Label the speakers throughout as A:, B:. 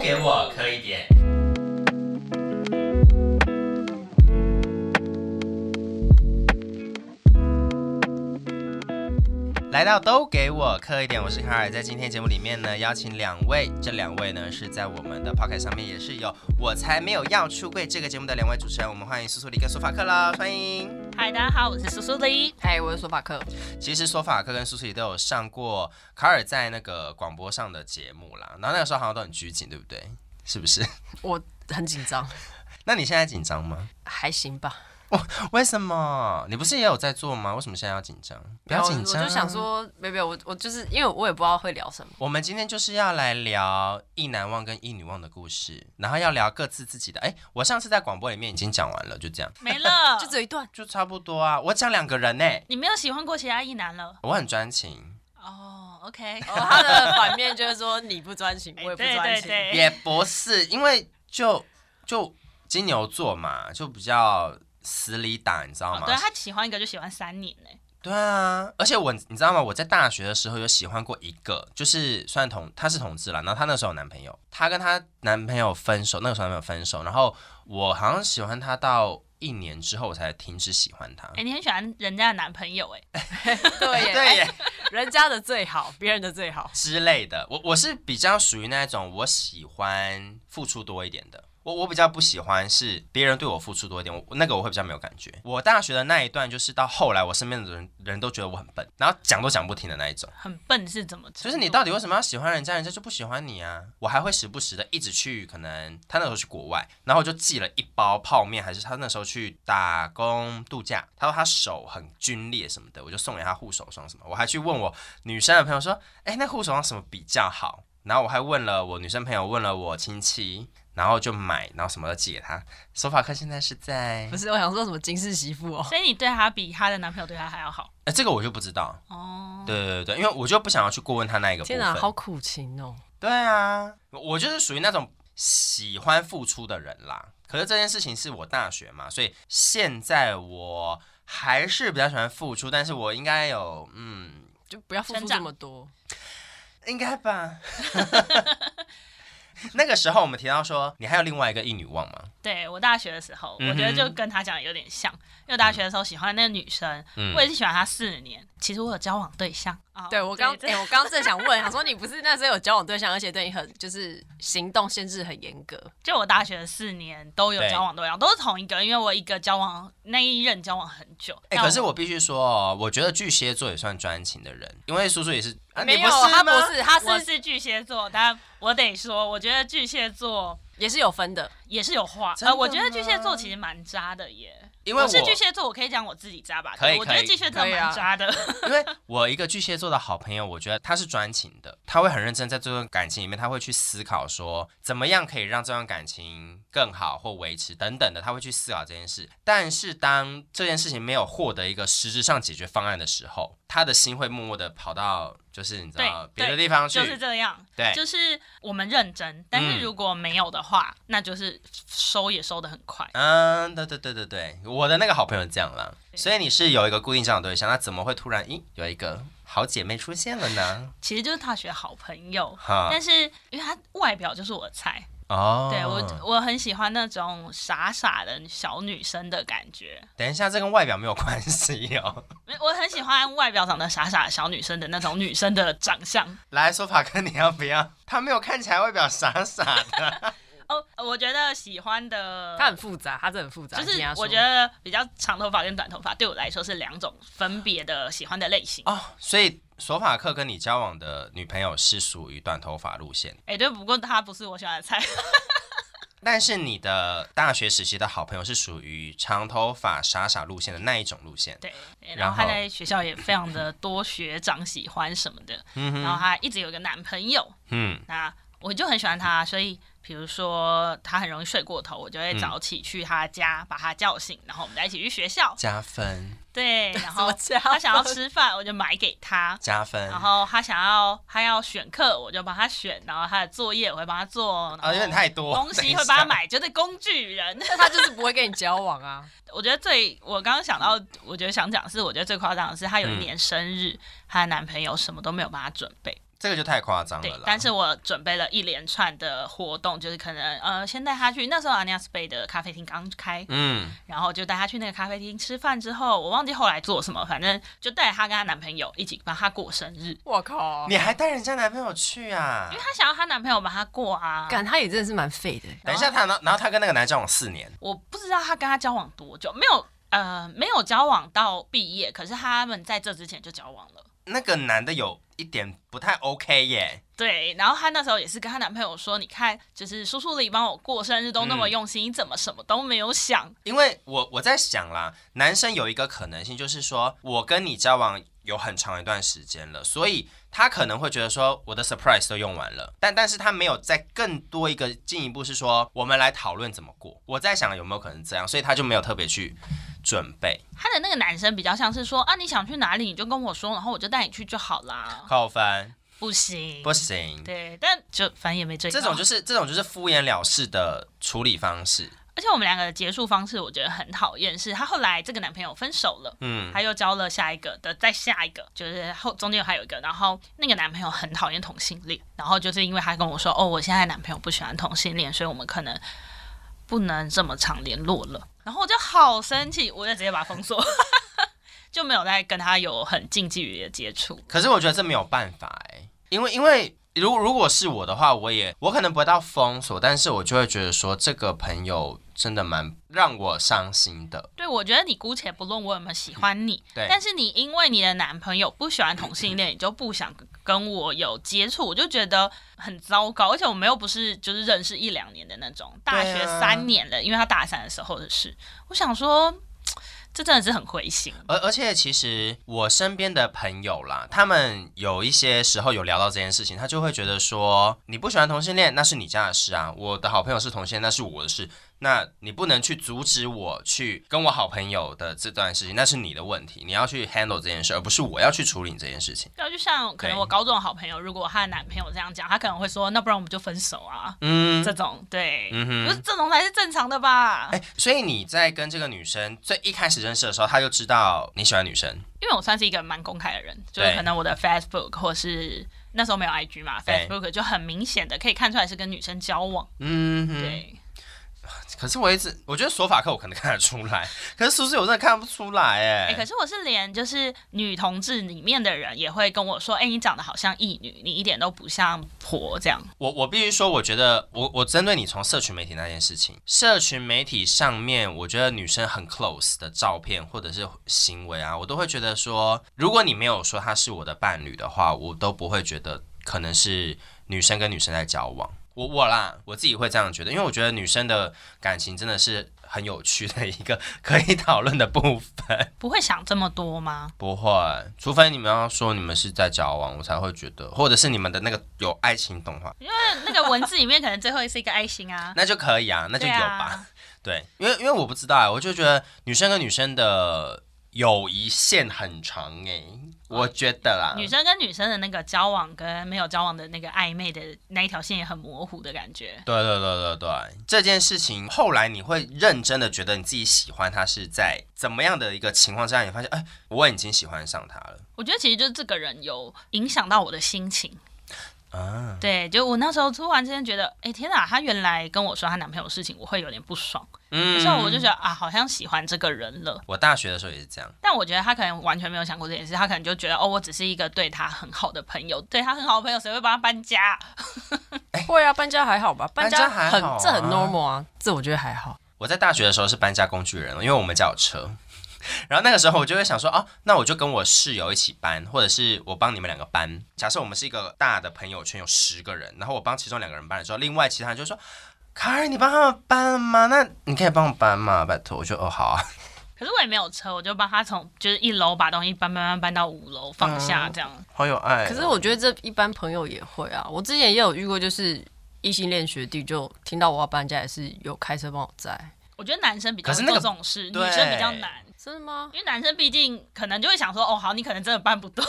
A: 给我磕一点。来到都给我磕一点，我是卡尔，在今天节目里面呢，邀请两位，这两位呢是在我们的 Pocket 上面也是有“我才没有要出柜”这个节目的两位主持人，我们欢迎苏苏里跟苏法克啦，欢迎。
B: 嗨，大家好，我是苏苏里。
C: 嗨，哎我是索法克。
A: 其实索法克跟苏苏里都有上过卡尔在那个广播上的节目啦，然后那个时候好像都很拘谨，对不对？是不是？
C: 我很紧张，
A: 那你现在紧张吗？
C: 还行吧。
A: 为什么？你不是也有在做吗？为什么现在要紧张？不要
C: 然后
A: 紧张，
C: 哦我就想说，没有没有，我我就是因为我也不知道会聊什么。
A: 我们今天就是要来聊一男忘跟一女忘的故事，然后要聊各自自己的。哎，我上次在广播里面已经讲完了，就这样，
B: 没 了，
C: 就只有一段，
A: 就差不多啊。我讲两个人呢、
B: 你没有喜欢过其他异男了？
A: 我很专情，
B: 哦，OK、o
C: 哦、他的反面就是说你不 专情，
B: k
C: 我也不
B: 对
C: 专
B: 对
C: 情。
B: 哎对，
A: 也不是因为就就金牛座嘛，就比较死里打，你知道
B: 哦
A: 吗？
C: 啊
B: 对他喜欢一个就喜欢三年呢、
A: 对啊，而且我你知道吗？我在大学的时候有喜欢过一个，就是算同她是同志啦，然后她那时候有男朋友，她跟她男朋友分手，那个时候男朋友分手，然后我好像喜欢她到一年之后我才停止喜欢她
B: 哎、。你很喜欢人家的男朋友哎、
C: 对耶，
A: 对
C: 哎
A: 耶，
C: 人家的最好，别人的最好。
A: 之类的。我我是比较属于那种我喜欢付出多一点的。我我比较不喜欢是别人对我付出多一点，我那个我会比较没有感觉。我大学的那一段就是到后来，我身边的人人都觉得我很笨，然后讲都讲不停的那一种。
B: 很笨是怎么？
A: 就是你到底为什么要喜欢人家，人家就不喜欢你啊？我还会时不时的一直去，可能他那时候去国外，然后我就寄了一包泡面，还是他那时候去打工度假，他说他手很皲裂什么的，我就送给他护手霜什么。我还去问我女生的朋友说，哎，那护手霜什么比较好？然后我还问了我女生朋友，问了我亲戚，然后就买，然后什么都寄给他。索法克现在是在
C: 不，是，我想说什么金氏媳妇哦。
B: 所以你对他比他的男朋友对他还要好
A: 哎，这个我就不知道。
B: 哦。
A: 对对对，因为我就不想要去过问他那一个部分。
C: 天哪，好苦情哦！
A: 对啊，我我就是属于那种喜欢付出的人啦。可是这件事情是我大学嘛，所以现在我还是比较喜欢付出，但是我应该有，嗯，
C: 就不要付出
B: 成长
C: 这么多。
A: 应该 吧。那个时候我们提到说，你还有另外一个一女忘吗？
B: 对我大学的时候，
A: 嗯哼
B: 我觉得就跟他讲的有点像，因为我大学的时候喜欢那个女生，
A: 嗯
B: 我也是喜欢她四年。其实我有交往对象啊，
C: 对我刚，
B: 对
C: 哎，我刚正想问，想 说你不是那时候有交往对象，而且对你很就是行动限制很严格。
B: 就我大学的四年都有
A: 对
B: 交往对象，都是同一个，因为我一个交往那一任交往很久。
A: 哎、
B: 那
A: 可是我必须说哦，我觉得巨蟹座也算专情的人，因为叔叔也是，啊、你
C: 没有，
A: 不是
C: 他不
A: 吗
C: 是，他
B: 我
C: 是
B: 是巨蟹座，但我得说，我觉得巨蟹座
C: 也是有分的。
B: 也是有话。
A: 真的
B: 呃，
A: 吗
B: 我觉得巨蟹座其实蛮渣的耶。
A: 因为我嗯
B: 是巨蟹座，我可以讲我自己渣吧。
A: 可以
B: 我觉得
A: 可以
B: 巨蟹座
C: 可以
B: 蛮
C: 啊
B: 渣的。
A: 因为我一个巨蟹座的好朋友，我觉得他是专情的，他会很认真在这段感情里面，他会去思考说怎么样可以让这段感情更好或维持等等的，他会去思考这件事。但是当这件事情没有获得一个实质上解决方案的时候，他的心会默默的跑到就是你知道
B: 对
A: 别的地方去，
B: 就是这样，
A: 对
B: 就是我们认真，但是
A: 哎嗯
B: 如果没有的话，那就是收也收的很快。
A: 嗯，对对对对对，我的那个好朋友这样啦，
B: 对
A: 所以你是有一个固定交往对象，那怎么会突然咦有一个好姐妹出现了呢？
B: 其实就是大学好朋友，
A: 哈
B: 但是因为他外表就是我的菜，
A: 哦，
B: 对我我很喜欢那种傻傻的小女生的感觉。
A: 等一下，这跟外表没有关系哦。
B: 没，我很喜欢外表长得傻傻的小女生的那种女生的长相。
A: 来说法哥，你要不要？他没有看起来外表傻傻的，
B: 哦，我觉得喜欢的，
C: 他很复杂，他真的很复杂。
B: 就是
C: 听他说
B: 我觉得比较长头发跟短头发对我来说是两种分别的喜欢的类型。
A: 哦。所以索法克跟你交往的女朋友是属于短头发路线，
B: 哎、对，不过她不是我喜欢的菜。
A: 但是你的大学时期的好朋友是属于长头发傻傻路线的那一种路线。
B: 对，对
A: 然
B: 然
A: 后
B: 后她在学校也非常的多学长喜欢什么的，然后她一直有一个男朋友，
A: 嗯，
B: 那我就很喜欢她，所以。比如说，她很容易睡过头，我就会早起去她家、把她叫醒，然后我们再一起去学校。
A: 加分
B: 对，然后
C: 怎么叫
B: 她想要吃饭，我就买给她。
A: 加分。
B: 然后他想要他要选课，我就帮他选，然后他的作业我会帮他做，哦
A: 啊，有点太多
B: 东西
A: 等
B: 会
A: 一下
B: 帮他买，就是工具人。
C: 但他就是不会跟你交往啊。
B: 我觉得最我刚刚想到，
A: 嗯
B: 我觉得想讲的是，我觉得最夸张的是她有一年生日，她、的男朋友什么都没有帮她准备，
A: 这个就太夸张
B: 对
A: 了啦。，
B: 但是我准备了一连串的活动，就是可能呃，先带他去那时候阿尼亚斯贝的咖啡厅刚开，
A: 嗯，
B: 然后就带他去那个咖啡厅吃饭。之后我忘记后来做什么，反正就带她跟她男朋友一起帮她过生日，
C: 我靠，
A: 你还带人家男朋友去啊
B: 因为？她想要她男朋友帮她过啊。
C: 感他也真的是蛮废的。
A: 等一下他，然后然后他跟那个男交往四年，
B: 我不知道她跟他交往多久，没有呃没有交往到毕业，可是他们在这之前就交往了。
A: 那个男的有一点不太 OK 耶。
B: 对，然后她那时候也是跟她男朋友说：“你看，就是叔叔里帮我过生日都那么
A: 嗯
B: 用心，你怎么什么都没有想？
A: 因为我我在想啦，男生有一个可能性就是说，我跟你交往有很长一段时间了，所以他可能会觉得说我的 surprise 都用完了，但但是他没有在更多一个进一步是说，我们来讨论怎么过。我在想有没有可能这样，所以他就没有特别去准备
B: 他的那个男生比较像是说啊，你想去哪里你就跟我说，然后我就带你去就好啦。
A: 扣分，
B: 不行，
A: 不行。
B: 对，但就反正也没追到。
A: 这种就是这种就是敷衍了事的处理方式，
B: 而且我们两个的结束方式，我觉得很讨厌。是她后来这个男朋友分手了，
A: 嗯，
B: 她又交了下一个的，再下一个，就是后中间还有一个，然后那个男朋友很讨厌同性恋，然后就是因为他跟我说，哦，我现在男朋友不喜欢同性恋，所以我们可能不能这么常联络了。然后我就好生气，我就直接把他封锁， 就没有再跟他有很近距离的接触。
A: 可是我觉得这没有办法哎、因为因为如如果是我的话，我也我可能不会到封锁，但是我就会觉得说这个朋友真的蛮让我伤心的。
B: 对，我觉得你姑且不论我有没有喜欢你，
A: 对
B: 但是你因为你的男朋友不喜欢同性恋，你就不想跟我有接触，我就觉得很糟糕。而且我们又不是就是认识一两年的那种，大
A: 对啊
B: 学三年了，因为他大三的时候的事。我想说，这真的是很灰心。
A: 而而且其实我身边的朋友啦，他们有一些时候有聊到这件事情，他就会觉得说你不喜欢同性恋那是你家的事啊，我的好朋友是同性恋那是我的事，那你不能去阻止我去跟我好朋友的这段事情，那是你的问题，你要去 handle 这件事，而不是我要去处理你这件事情。
B: 对啊，就像可能
A: 对
B: 我高中的好朋友，如果她的男朋友这样讲，她可能会说，那不然我们就分手啊。
A: 嗯，
B: 这种对，
A: 嗯哼
B: 就是这种才是正常的吧？
A: 哎、所以你在跟这个女生最一开始认识的时候，她就知道你喜欢女生，
B: 因为我算是一个蛮公开的人，就
A: 对
B: 是可能我的 Facebook 或是那时候没有 IG 嘛
A: 对
B: ，Facebook 就很明显的可以看出来是跟女生交往。
A: 嗯，。
B: 对，
A: 可是我一直我觉得索法克我可能看得出来，可是苏苏我真的看不出来哎、
B: 哎、可是我是连就是女同志里面的人也会跟我说，哎、你长得好像异女，你一点都不像婆这样。
A: 我我必须说，我觉得我我针对你从社群媒体那件事情，社群媒体上面，我觉得女生很 close 的照片或者是行为啊，我都会觉得说，如果你没有说她是我的伴侣的话，我都不会觉得可能是女生跟女生在交往。我我啦，我自己会这样觉得，因为我觉得女生的感情真的是很有趣的一个 可以讨论的部分。
B: 不会想这么多吗？
A: 不会，除非你们要说你们是在交往，我才会觉得，或者是你们的那个有爱情动画，，
B: 因为那个文字里面可能最后是一个爱心啊
A: 那就可以啊，那
B: 那
A: 就有吧。对，因为因为我不知道啊，我就觉得女生跟女生的友谊线很长哎、我觉得啦，
B: 女生跟女生的那个交往跟没有交往的那个暧昧的那一条线也很模糊的感觉。
A: 对对对对对，这件事情后来你会认真的觉得你自己喜欢他是在怎么样的一个情况之下，你发现哎，我已经喜欢上他了
B: 我觉得其实就是这个人有影响到我的心情。
A: 啊，
B: 对，就我那时候突然之间觉得，哎、天哪，她原来跟我说她男朋友的事情，我会有点不爽。
A: 嗯
B: 可是我就觉得啊，好像喜欢这个人了。
A: 我大学的时候也是这样，
B: 但我觉得她可能完全没有想过这件事，她可能就觉得哦，我只是一个对她很好的朋友，对她很好的朋友，谁会帮她搬家？
C: 会啊，搬家还好吧？搬
A: 搬
C: 家
A: 家还
C: 很
A: 好啊
C: 这很 normal 啊，这我觉得还好。
A: 我在大学的时候是搬家工具人，因为我们家有车。 然后那个时候我就会想说，哦，那我就跟我室友一起搬，或者是我帮你们两个搬。假设我们是一个大的朋友圈，有十个人，然后我帮其中两个人搬了之后，另外其他人就说：“卡尔，你帮他们搬了吗？那你可以帮我搬吗？拜托。”我就哦好啊，
B: 可是我也没有车，我就帮她从就是一楼把东西搬搬搬搬到五楼
A: 嗯
B: 放下这样。
A: 好有爱哦、
C: 可是我觉得这一般朋友也会啊，我之前也有遇过，就是异性恋学弟就听到我要搬家，也是有开车帮我载。
B: 我觉得男生比较
A: 可是
B: 会
A: 那
B: 做
A: 个
B: 这种事，
A: 对
B: 女生比较难。
C: 真的吗？
B: 因为男生毕竟可能就会想说，哦，好，你可能真的搬不动，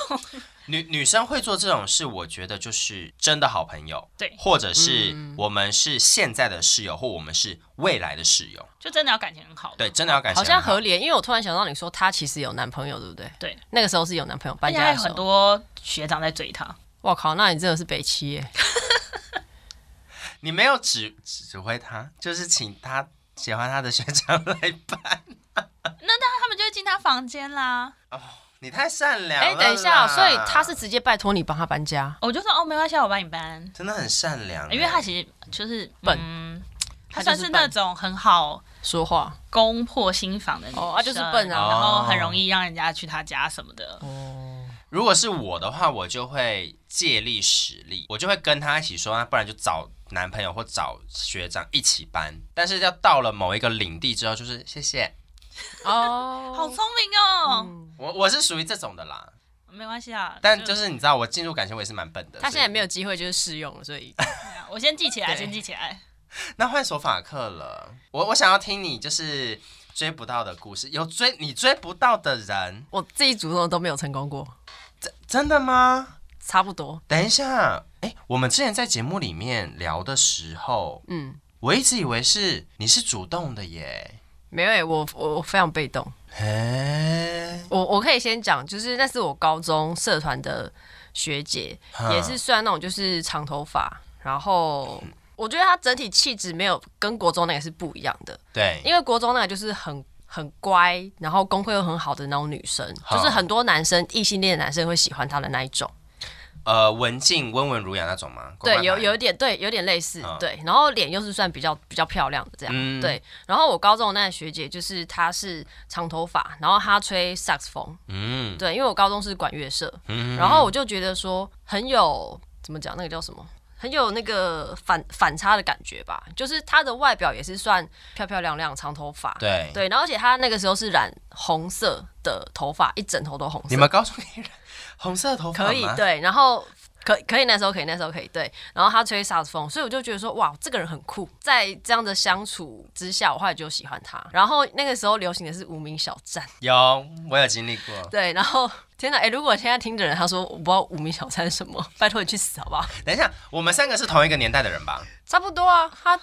A: 女女生会做这种事，我觉得就是真的好朋友，
B: 对
A: 或者是我们是现在的室友，或我们是未来的室友，
B: 就真的要感情很好了。
A: 对，真的要感谢。
C: 好像合理，因为我突然想到你说她其实有男朋友，对不对？
B: 对，
C: 那个时候是有男朋友
B: 而
C: 搬
B: 且还
C: 家
B: 有
C: 的时
B: 很
C: 候，
B: 多学长在追她。
C: 哇靠，那你真的是北七耶！
A: 你没有指指挥他，就是请他喜欢他的学长来办。
B: 那他们就会进他房间啦。
A: 你太善良了
C: 哎、
A: 啦。
C: 等一下，所以他是直接拜托你帮他搬家，
B: 我就说哦，没关系，我帮你搬，
A: 真的很善良欸，
B: 因为他其实就是
C: 笨
B: 嗯，他
C: 他就
B: 算
C: 是
B: 是
C: 笨
B: 那种很好
C: 说话
B: 攻破心房的女生，
C: 哦他就是笨啊
B: 然后很
A: 哦
B: 容易让人家去他家什么的。
C: 哦，
A: 如果是我的话，我就会借力使力，我就会跟他一起说，那不然就找男朋友或找学长一起搬。但是要到了某一个领地之后，就是谢谢
C: 哦，
B: 好聪明哦，
C: 嗯
A: 我，我是属于这种的啦。
B: 没关系啊。
A: 但就是你知道，我进入感情我也是蛮笨的。
C: 他现在没
A: 有。
C: 有机会就是试用了，所以
B: 我先记起来，
C: 对
B: 先记起来。
A: 那换手法课了，我我想要听你就是追不到的故事，有追你追不到的人，
C: 我自己主动都没有成功过，
A: 真的吗？
C: 差不多，
A: 等一下，哎、我们之前在节目里面聊的时候，
C: 嗯，
A: 我一直以为是你是主动的耶，
C: 没有耶、欸我我我非常被动。
A: 哎，
C: 我我可以先讲，就是那是我高中社团的学姐，
A: 哈
C: 也是算那种就是长头发，然后我觉得她整体气质没有跟国中那个是不一样的，
A: 对，
C: 因为国中那个就是很。很乖，然后功课又很好的那种女生，
A: 哈
C: 就是很多男生异性恋的男生会喜欢她的那一种。
A: 呃，文静、温文儒雅那种吗？乖
C: 对，
A: 乖
C: 有
A: 牌
C: 有一点对，有点类似
A: 嗯，
C: 对。然后脸又是算比较比较漂亮的这样，
A: 嗯
C: 对。然后我高中的那个学姐就是她是长头发，然后她吹萨克斯风，
A: 嗯
C: 对，因为我高中是管乐社，
A: 嗯，
C: 然后我就觉得说很有怎么讲，那个叫什么？很有那个反反差的感觉吧，就是她的外表也是算漂漂亮亮，长头发，
A: 对
C: 对，然后而且她那个时候是染红色的头发，一整头都红色，
A: 你们高中可以染红色的头发
C: 可以
A: 吗，
C: 对，然后可可以那时候可以那时候可以对，然后他吹萨克斯风，所以我就觉得说哇，这个人很酷。在这样的相处之下，我后来就喜欢他。然后那个时候流行的是无名小站，
A: 有我有经历过。
C: 对，然后天哪，哎、如果现在听的人他说我不知道无名小站是什么， 拜托你去死好不好？
A: 等一下，我们三个是同一个年代的人吧？
C: 差不多啊，他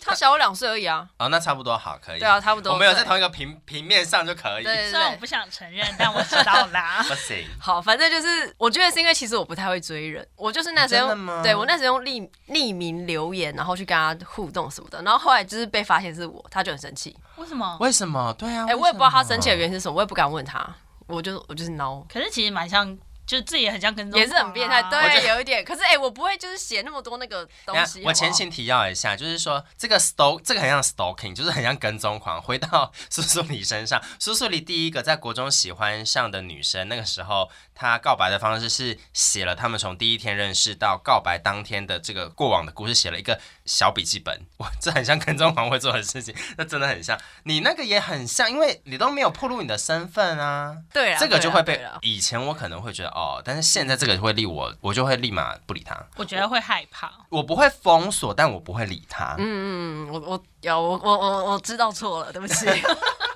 C: 他小我两岁而已啊，
A: 哦，那差不多，好，可以。
C: 对啊，，差不多。
A: 我们有在
C: 对
A: 同一个平平面上就可以。
C: 对对
B: 虽然我
C: 对
B: 不。想承认，但我知道 啦。
A: 不行，
C: 好，反正就是，我觉得是因为其实我不太会追人，我就是那时
A: 真
C: 候
A: 的吗
C: 用，对我那时候用匿匿名留言，然后去跟他互动什么的，然后后来就是被发现是我，他就很生气，
B: 为什么？
A: 为什么？对啊，
C: 哎、
A: 哎，
C: 我也不知道他生气的原因是什么，我也不敢问他，我就我就是孬，
B: 可是其实蛮像，就自己也很像跟踪、啊
C: 也是很变态，。
A: 我
C: 对，有一点，可是哎、我不会就是写那么多那个东
A: 等一
C: 西
A: 下，我前
C: 期
A: 情提要一下，就是说这个 stalk 这个很像 stalking，就是很像跟踪狂。回到 苏苏里身上，苏苏里第一个在国中喜欢上的女生，那个时候她告白的方式是写了他们从第一天认识到告白当天的这个过往的故事，写了一个小笔记本。哇，这很像跟踪狂会做的事情，那真的很像。你那个也很像，因为你都没有暴露你的身份啊。
C: 对啦，
A: 这个就会
C: 对啊
A: 被
C: 啦对啦
A: 以前我可能会觉得哦，但是现在这个会立我，我就会立马不理他。
B: 我觉得会害怕，
A: 我不会封锁，但我不会理他。
C: 嗯嗯，嗯我我有我我我我知道错了，对不起。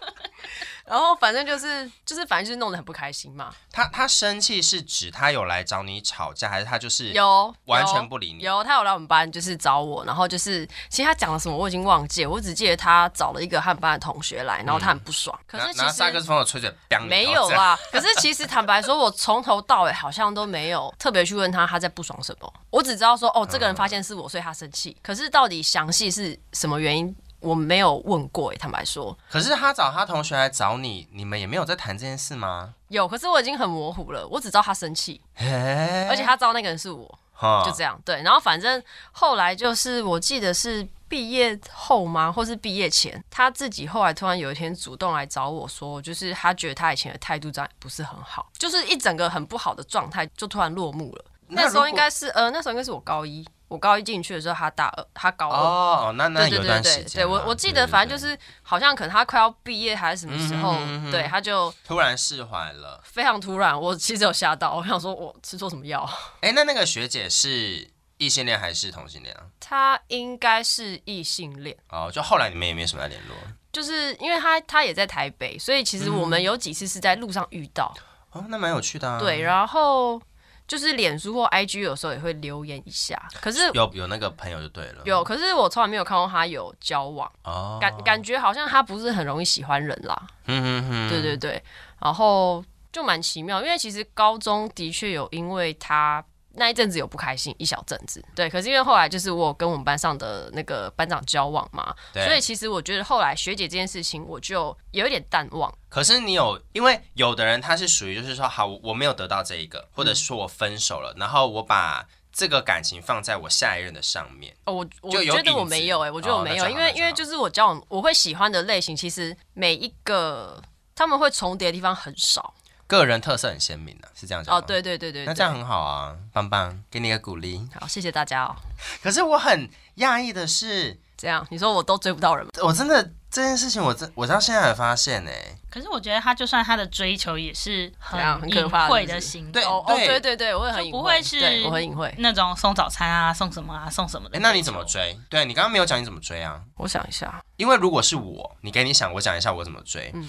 C: 然后反正就是就是反正就是弄得很不开心嘛，
A: 他他生气是指他有来找你吵架，还是他就是
C: 有
A: 完
C: 有
A: 全不理你？
C: 有，他有来我们班，就是找我，然后就是，其实他讲了什么我已经忘记了，我只记得他找了一个他们班的同学来，然后他很不爽。可
A: 嗯拿
C: 是
A: 拿
C: 其
A: 萨克
C: 实
A: 斯风的吹嘴，砰你
C: 没
A: 然
C: 有
A: 后这样
C: 啦。可是其实坦白说，我从头到尾好像都没有特别去问他他在不爽什么，我只知道说哦，这个人发现是我，所以他生气。可是到底详细是什么原因，我没有问过、欸。坦白说，
A: 可是他找他同学来找你，你们也没有在谈这件事吗？
C: 有，可是我已经很模糊了，我只知道他生气，
A: 而
C: 而
A: 哎
C: 且他知道那个人是我。就这
A: 样，
C: 样。对，然后反正后来就是我记得是毕业后吗，或是毕业前，他自己后来突然有一天主动来找我说，就是他觉得他以前的态度这样不是很好，就是一整个很不好的状态就突然落幕了。那时
A: 如
C: 候
A: 果
C: 应该是呃，那时候应该是我高一，我高一进去的时候他大二，他高二。
A: 哦，那那
C: 对对
A: 有
C: 对
A: 段时
C: 对，
A: 间
C: 对
A: 啊，
C: 我我记得，反正
A: 对
C: 就
A: 对
C: 是好像可能他快要毕业还是什么时候，
A: 嗯哼嗯哼
C: 对，他就
A: 对突然释怀了。
C: 非常突然，我其实有吓到，我想说我吃错什么药。
A: 哎，那那个学姐是异性恋还是同性恋啊？
C: 他应该是异性恋。
A: 哦，就后来你们也没什么联络。
C: 就是因为他他也在台北，所以其实我们有几次是在路上遇到，
A: 哦，那蛮有趣的嗯啊。
C: 对，然后就是脸书或 IG 有时候也会留言一下，可是
A: 有有那个朋友就对了。
C: 有，可是我从来没有看过他有交往，
A: 哦，
C: 感感觉好像他不是很容易喜欢人啦，
A: 嗯哼哼，
C: 对对对，然后就蛮奇妙，因为其实高中的确有因为他那一阵子有不开心一小阵子，对。可是因为后来就是我有跟我们班上的那个班长交往嘛，
A: 对
C: 所以其实我觉得后来学姐这件事情我就有一点淡忘。
A: 可是你有，因为有的人他是属于就是说，好，我我没有得到这一个，或者说我分手了，然后我把这个感情放在我下一任的上面。
C: 哦，我我
A: 就有
C: 觉得我
A: 影子
C: 没有哎、我觉得
A: 哦
C: 我没
A: 那就
C: 有，
A: 好
C: 因
A: 那
C: 为
A: 就
C: 因为
A: 好
C: 就是我交往我会喜欢的类型，其实每一个他们会重叠的地方很少。
A: 个人特色很鲜明的、啊是这样讲
C: 哦，
A: 吗，
C: 对对对对
A: 那
C: 对，
A: 这样很好啊，棒棒，给你个鼓励。
C: 好，谢谢大家哦。
A: 可是我很讶异的是，
C: 这样你说我都追不到人吗？
A: 我真的这件事情我，真我到现在才发现呢、欸
B: 可是我觉得他就算他的追求也是很
C: 怎样很可
B: 隐
C: 怕
B: 晦
C: 是不
B: 的
C: 是
B: 行
A: 对
B: 动，
C: 哦哦，
A: 对
C: 对对对，我会很
B: 就
C: 隐
B: 不
C: 晦
B: 会是
C: 对我很隐晦。
B: 那种送早餐啊、送什么啊、送什么的
A: 哎、
B: 追求。
A: 那你怎么追？对你刚刚没有讲你怎么追啊？
C: 我想一下，
A: 因为如果是我，你给你想，我讲一下我怎么追。
C: 嗯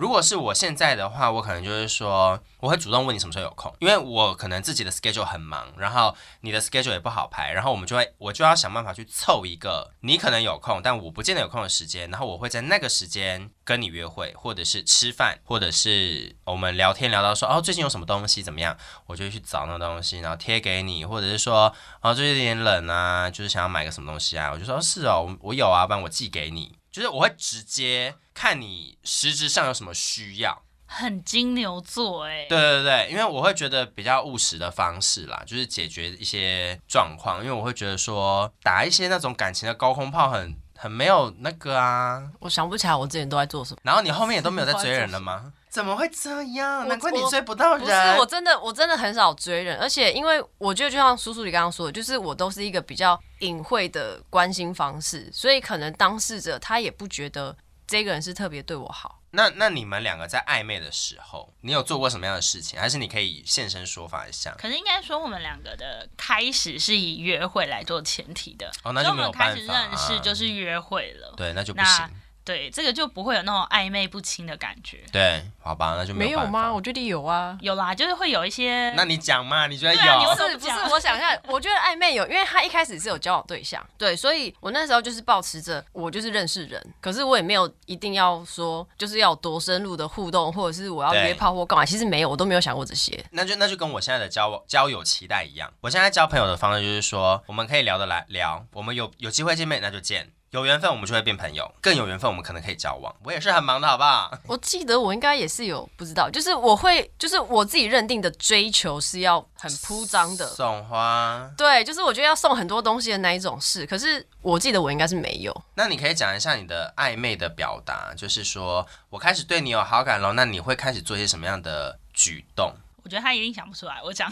A: 如果是我现在的话，我可能就是说，我会主动问你什么时候有空，因为我可能自己的 schedule 很忙，然后你的 schedule 也不好排，然后我们就会我就要想办法去凑一个你可能有空，但我不见得有空的时间，然后我会在那个时间跟你约会，或者是吃饭，或者是我们聊天聊到说哦最近有什么东西怎么样，我就会去找那个东西，然后贴给你，或者是说哦最近有点冷啊，就是想要买个什么东西啊，我就说、哦、是哦，我我有啊，不然我寄给你，就是我会直接看你实质上有什么需要。
B: 很金牛座哎、
A: 对对对，因为我会觉得比较务实的方式啦，就是解决一些状况，因为我会觉得说打一些那种感情的高空炮很很没有那个啊，
C: 我想不起来我之前都在做什么。
A: 然后你后面也都没有在追人了吗？怎么会这样？
C: 我
A: 难怪你
C: 我
A: 追不到
C: 不是，
A: 人。
C: 我真的我真的很少追人，而且因为我觉得就像叔叔你刚刚说的，就是我都是一个比较隐晦的关心方式，所以可能当事者他也不觉得这个人是特别对我好。
A: 那那你们两个在暧昧的时候，你有做过什么样的事情？还是你可以现身说法一下？
B: 可是应该说，我们两个的开始是以约会来做前提的，
A: 哦，那
B: 所以
A: 就
B: 我
A: 没有
B: 们
A: 办
B: 开
A: 法、嗯啊
B: 始认识就是是约会了。
A: 对，那就不
B: 那
A: 行。
B: 对，这个就不会有那种暧昧不清的感觉。
A: 对，好吧，那就有办法？
C: 觉得有啊。
B: 有啦，就是会有一些
A: 那你讲嘛，你觉得有？
B: 对啊你为
C: 不
B: 什么
C: 是 不是，我想一下，我觉得暧昧有，因为他一开始是有交往对象，对，所以我那时候就是保持着我就是认识人，可是我也没有一定要说就是要有多深入的互动，或者是我要
A: 对
C: 约炮或干嘛，其实没有，我都没有想过这些。
A: 那就那就跟我现在的交往交友期待一样，我现在交朋友的方式就是说，我们可以聊得来聊，我们有有机会见面那就见，有缘分我们就会变朋友，更有缘分我们可能可以交往。我也是很忙的好不好？
C: 我记得我应该也是有不知道，就是我会， 就是我自己认定的追求是要很铺张的，
A: 送花，
C: 对，就是我觉得要送很多东西的那一种事。可是我记得我应该是没有，
A: 那你可以讲一下你的暧昧的表达，就是说我开始对你有好感了，那你会开始做一些什么样的举 动？
B: 我觉得他一定想不出来。我讲，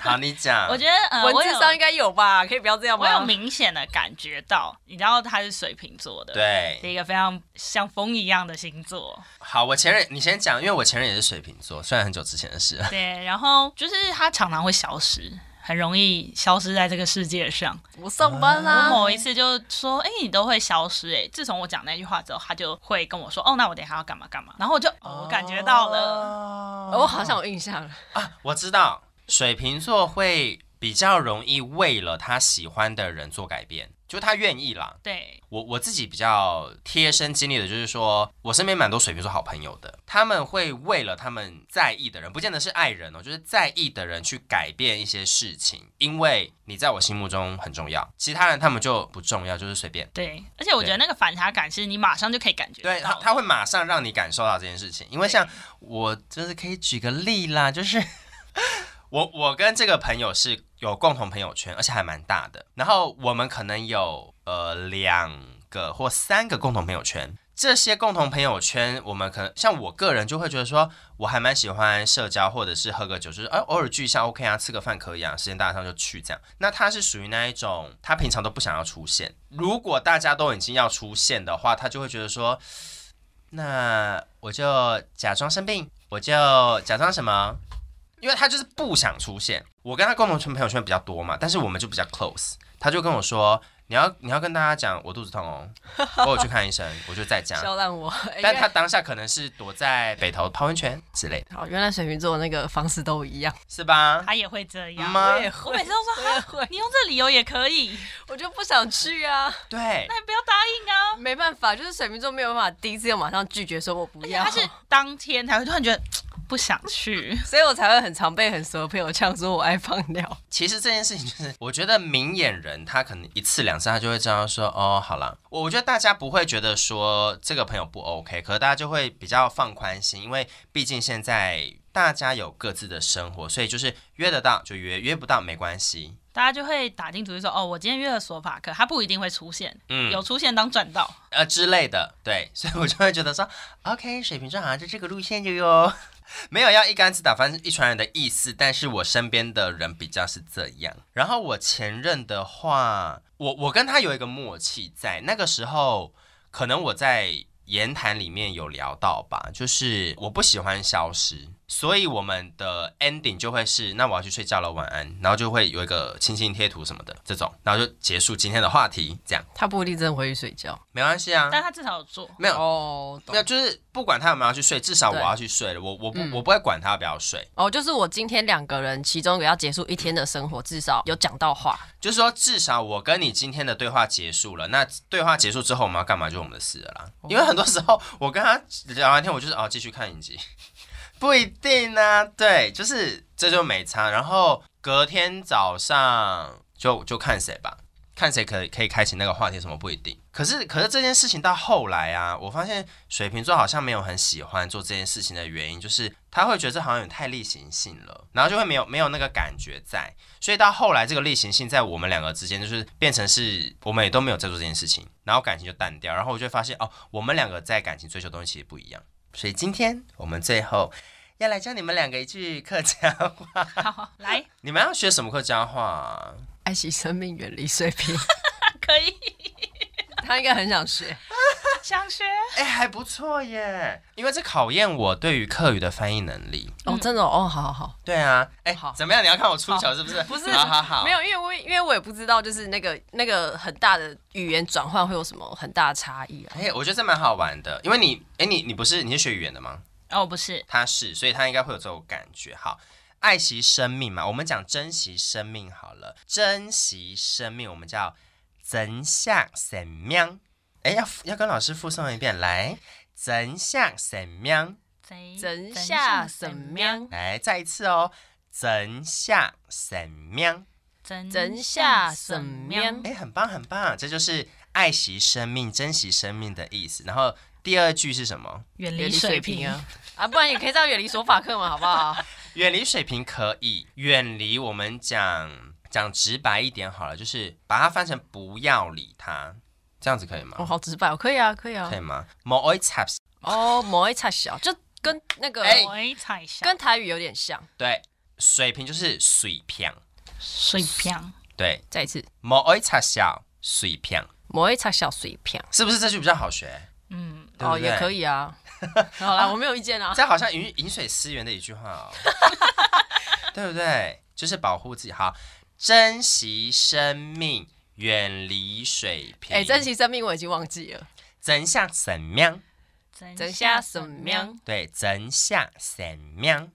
A: 好，你讲。
B: 我觉得呃，
C: 文
B: 我
C: 字
B: 有
C: 上应该有吧？可以不要这样
B: 我有
C: 吗？
B: 明显的感觉到，你知道他是水瓶座的，，
A: 对，
B: 一个非常像风一样的星座，
A: 好，我前任你先讲，因为我前任也是水瓶座，虽然很久之前的事了。
B: 对，然后就是他常常会消失，很容易消失在这个世界上。
C: 我上班
B: 我
C: 啦、
B: 某一次就说：“哎、你都会消失哎、自从我讲那句话之后，他就会跟我说：“哦，那我等一下要干嘛干嘛。”然后我就、哦、我感觉到
A: 哦
B: 了，
A: 了
C: 哦我好像有 印象了。
A: 啊，我知道，水瓶座会比较容易为了他喜欢的人做改变，就他愿意啦。
B: 对，
A: 我我自己比较贴身经历的就是说，我身边蛮多水瓶座好朋友的，他们会为了他们在意的人，不见得是爱人哦，就是在意的人去改变一些事情，因为你在我心目中很重要，其他人他们就不重要，就是随便。
B: 对，而且我觉得那个反差感是你马上就可以感觉
A: 对他，
B: 到的。
A: 他会马上让你感受到这件事情，因为像我就是可以举个例啦，就是 我我跟这个朋友是有共同朋友圈，而且还蛮大的。然后我们可能有呃两个或三个共同朋友圈。这些共同朋友圈，我们可能像我个人就会觉得说，我还蛮喜欢社交，或者是喝个酒，就是哎、偶尔聚一下 OK 啊，吃个饭可以啊，时间搭得上就去这样。那他是属于那一种，他平常都不想要出现。如果大家都已经要出现的话，他就会觉得说，那我就假装生病，我就假装什么？因为他就是不想出现。我跟他共同圈朋友圈比较多嘛，但是我们就比较 close。他就跟我说：“你要你要跟大家讲，我肚子痛哦，我有去看医生，我就在家。
C: 笑烂我，应
A: 但
C: 该
A: 他当下可能是躲在北头泡温泉之类的，
C: 好，原来水瓶座的那个方式都一样。
A: 是吧？
B: 他也会这样。
A: 吗？
B: 我每次都说哈，
C: 会，
B: 你用这理由也可以，
C: 我就不想去啊，
A: 对
B: 那你不要答应啊。
C: 没办法，就是水瓶座没有办法第一次就马上拒绝，说我不
B: 而且
C: 要。
B: 他是当天才会突然觉得，不想去。
C: 所以我才会很常被很熟的朋友呛说我爱放尿。
A: 其实这件事情就是，我觉得明眼人他可能一次两次他就会知道说，哦，好了，我我觉得大家不会觉得说这个朋友不 OK，可是大家就会比较放宽心，因为毕竟现在大家有各自的生活，所以就是约得到就约，约不到没关系。
B: 大家就会打定主意说，哦，我今天约了索法克，他不一定会出现，
A: 嗯，
B: 有出现当赚到。
A: 呃之类的，对， 所以我就会觉得说，OK，水瓶座好像就这个路线就哟，没有要 一竿子打翻一船人的意思，但是我身边的人比较是这样。然后我前任的话，我我跟他有一个默契在，那个时候可能我在言谈里面有聊到吧，就是我不喜欢消失。所以我们的 ending 就会是，那我要去睡觉了，晚安，然后就会有一个亲亲贴图什么的这种，然后就结束今天的话题，这样
C: 他不一定真的回去睡觉。
A: 没关系啊。
B: 但他至少有做，
A: 没有，
C: 哦，懂
A: 没有，就是不管他有没有要去睡，至少我要去睡了。我我不、我不会管他要不要睡，
C: 哦，就是我今天两个人，其中一个要结束一天的生活，至少有讲到话。
A: 就是说至少我跟你今天的对话结束了。那对话结束之后我们要干嘛就是我们的事了啦。因为很多时候我跟他聊完天，我就是哦继续看影集， 不一定啊。对，就是这就没差。然后隔天早上就就看谁吧。看谁可以可以开启那个话题，什么不一定。可是可是这件事情到后来啊，我发现水瓶座好像没有很喜欢做这件事情的原因，就是他会觉得这好像有太例行性了，然后就会没有没有那个感觉在。所以到后来，这个例行性在我们两个之间就是变成是我们也都没有在做这件事情，然后感情就淡掉。然后我就会发现哦，我们两个在感情追求的东西其实不一样。所以今天我们最后要来教你们两个一句客家话，
B: 好来
A: 你们要学什么客家话啊？
C: 爱惜生命，远离碎片。
B: 可以
C: 他应该很想学。
B: 想学。
A: 哎、还不错耶，因为这考验我对于课语的翻译能力。
C: 哦，真的哦，哦好好好，
A: 对啊，哎、
C: 好
A: 怎么样？你要看我出糗是不是？
C: 不是
A: 好好好，
C: 没有，因为我因为我也不知道，就是那个那个很大的语言转换会有什么很大的差异啊。
A: 哎、我觉得这蛮好玩的，因为你，哎、你你不是你是学语言的吗？
B: 哦，不是，
A: 他是，所以他应该会有这种感觉。好，爱惜生命嘛，我们讲珍惜生命好了，珍惜生命，我们叫珍惜生命。哎、要要跟老师复诵一遍，来，珍惜生命，
B: 贼
C: 真下什么？样？
A: 来，再一次哦，珍惜生命。
B: 真
C: 真下什么样？
A: 哎，很棒很棒，这就是爱惜生命、珍惜生命的意思。然后第二句是什么？
B: 远
C: 远
B: 离
C: 离
B: 水
C: 水
B: 平
C: 平啊！啊，不然也可以叫远离索法克嘛，好不好？
A: 远离水平可以，远离我们讲讲直白一点好了，就是把它翻成不要理他，这样子可以吗？
C: 哦，好直白，哦，可以啊，可以啊
A: 可。以吗？某一 taps
C: 哦，某一差小，就跟那个
A: 哎
B: 我一踩下
C: 跟台语有点像。
A: 对，水平就是水平，
B: 水平，
A: 对，
C: 再一次，
A: 某一 taps 小水平，
C: 某一差小水平。
A: 是不是这句比较好学？
B: 嗯，
A: 对不
C: 哦，
A: 对
C: 也可以 啊。好啦，我没有意 见啊。
A: 这好像饮饮水思源的一句话 哦，对不对？就是保护自己，好，珍惜生命，远离水平。
C: 哎、珍惜生命我已经忘记了，
A: 真相神命，
C: 真
B: 真
C: 下什么样？
A: 对，真相神命，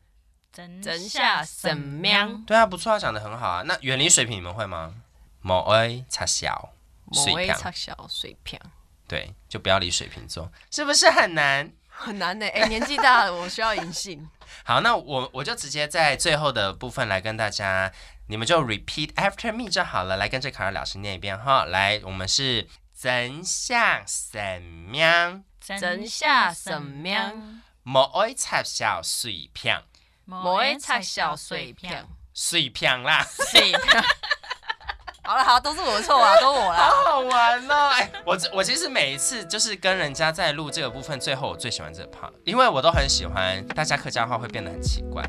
B: 真
C: 真下什么样？
A: 对啊，不错啊，讲的很好啊。那远离水平你们会吗？某 A 擦小水
C: 某一
A: 平，
C: 差小水平
A: 对，就不要理水瓶座，是不是很难？
C: 很难呢、哎、年纪大了，我需要银 杏。
A: 好，那我我就直接在最后的部分来跟大家，你们就 repeat after me 就好了，来跟着卡尔老师念一遍哈。来，我们是真相神明，
C: 真下什么样？
A: 莫爱插小水瓶，
C: 某一差小水平，
A: 水瓶啦，
C: 水平。 好了，好，都是我的错啊，都我啦。
A: 好好玩哦！哎，我我其实每一次就是跟人家在录这个部分，最后我最喜欢这个 part，因为我都很喜欢大家客家话会变得很奇怪。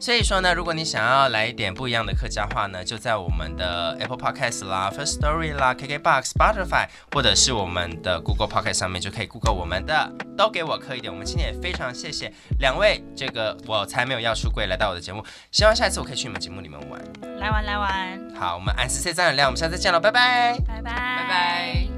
A: 所以说呢，如果你想要来一点不一样的客家话呢，就在我们的 Apple Podcast 啦、First Story 啦、KKBox、Spotify，或者是我们的 Google Podcast 上面就可以 Google 我们的。都给我磕一点，我们今天也非常谢谢两位，这个我才没有要出柜来到我的节目，希望下一次我可以去你们节目里面玩。
B: 来玩来玩，
A: 好，我们按时 C 张有亮，我们下次见了，拜拜。
B: 拜拜拜
C: 拜拜。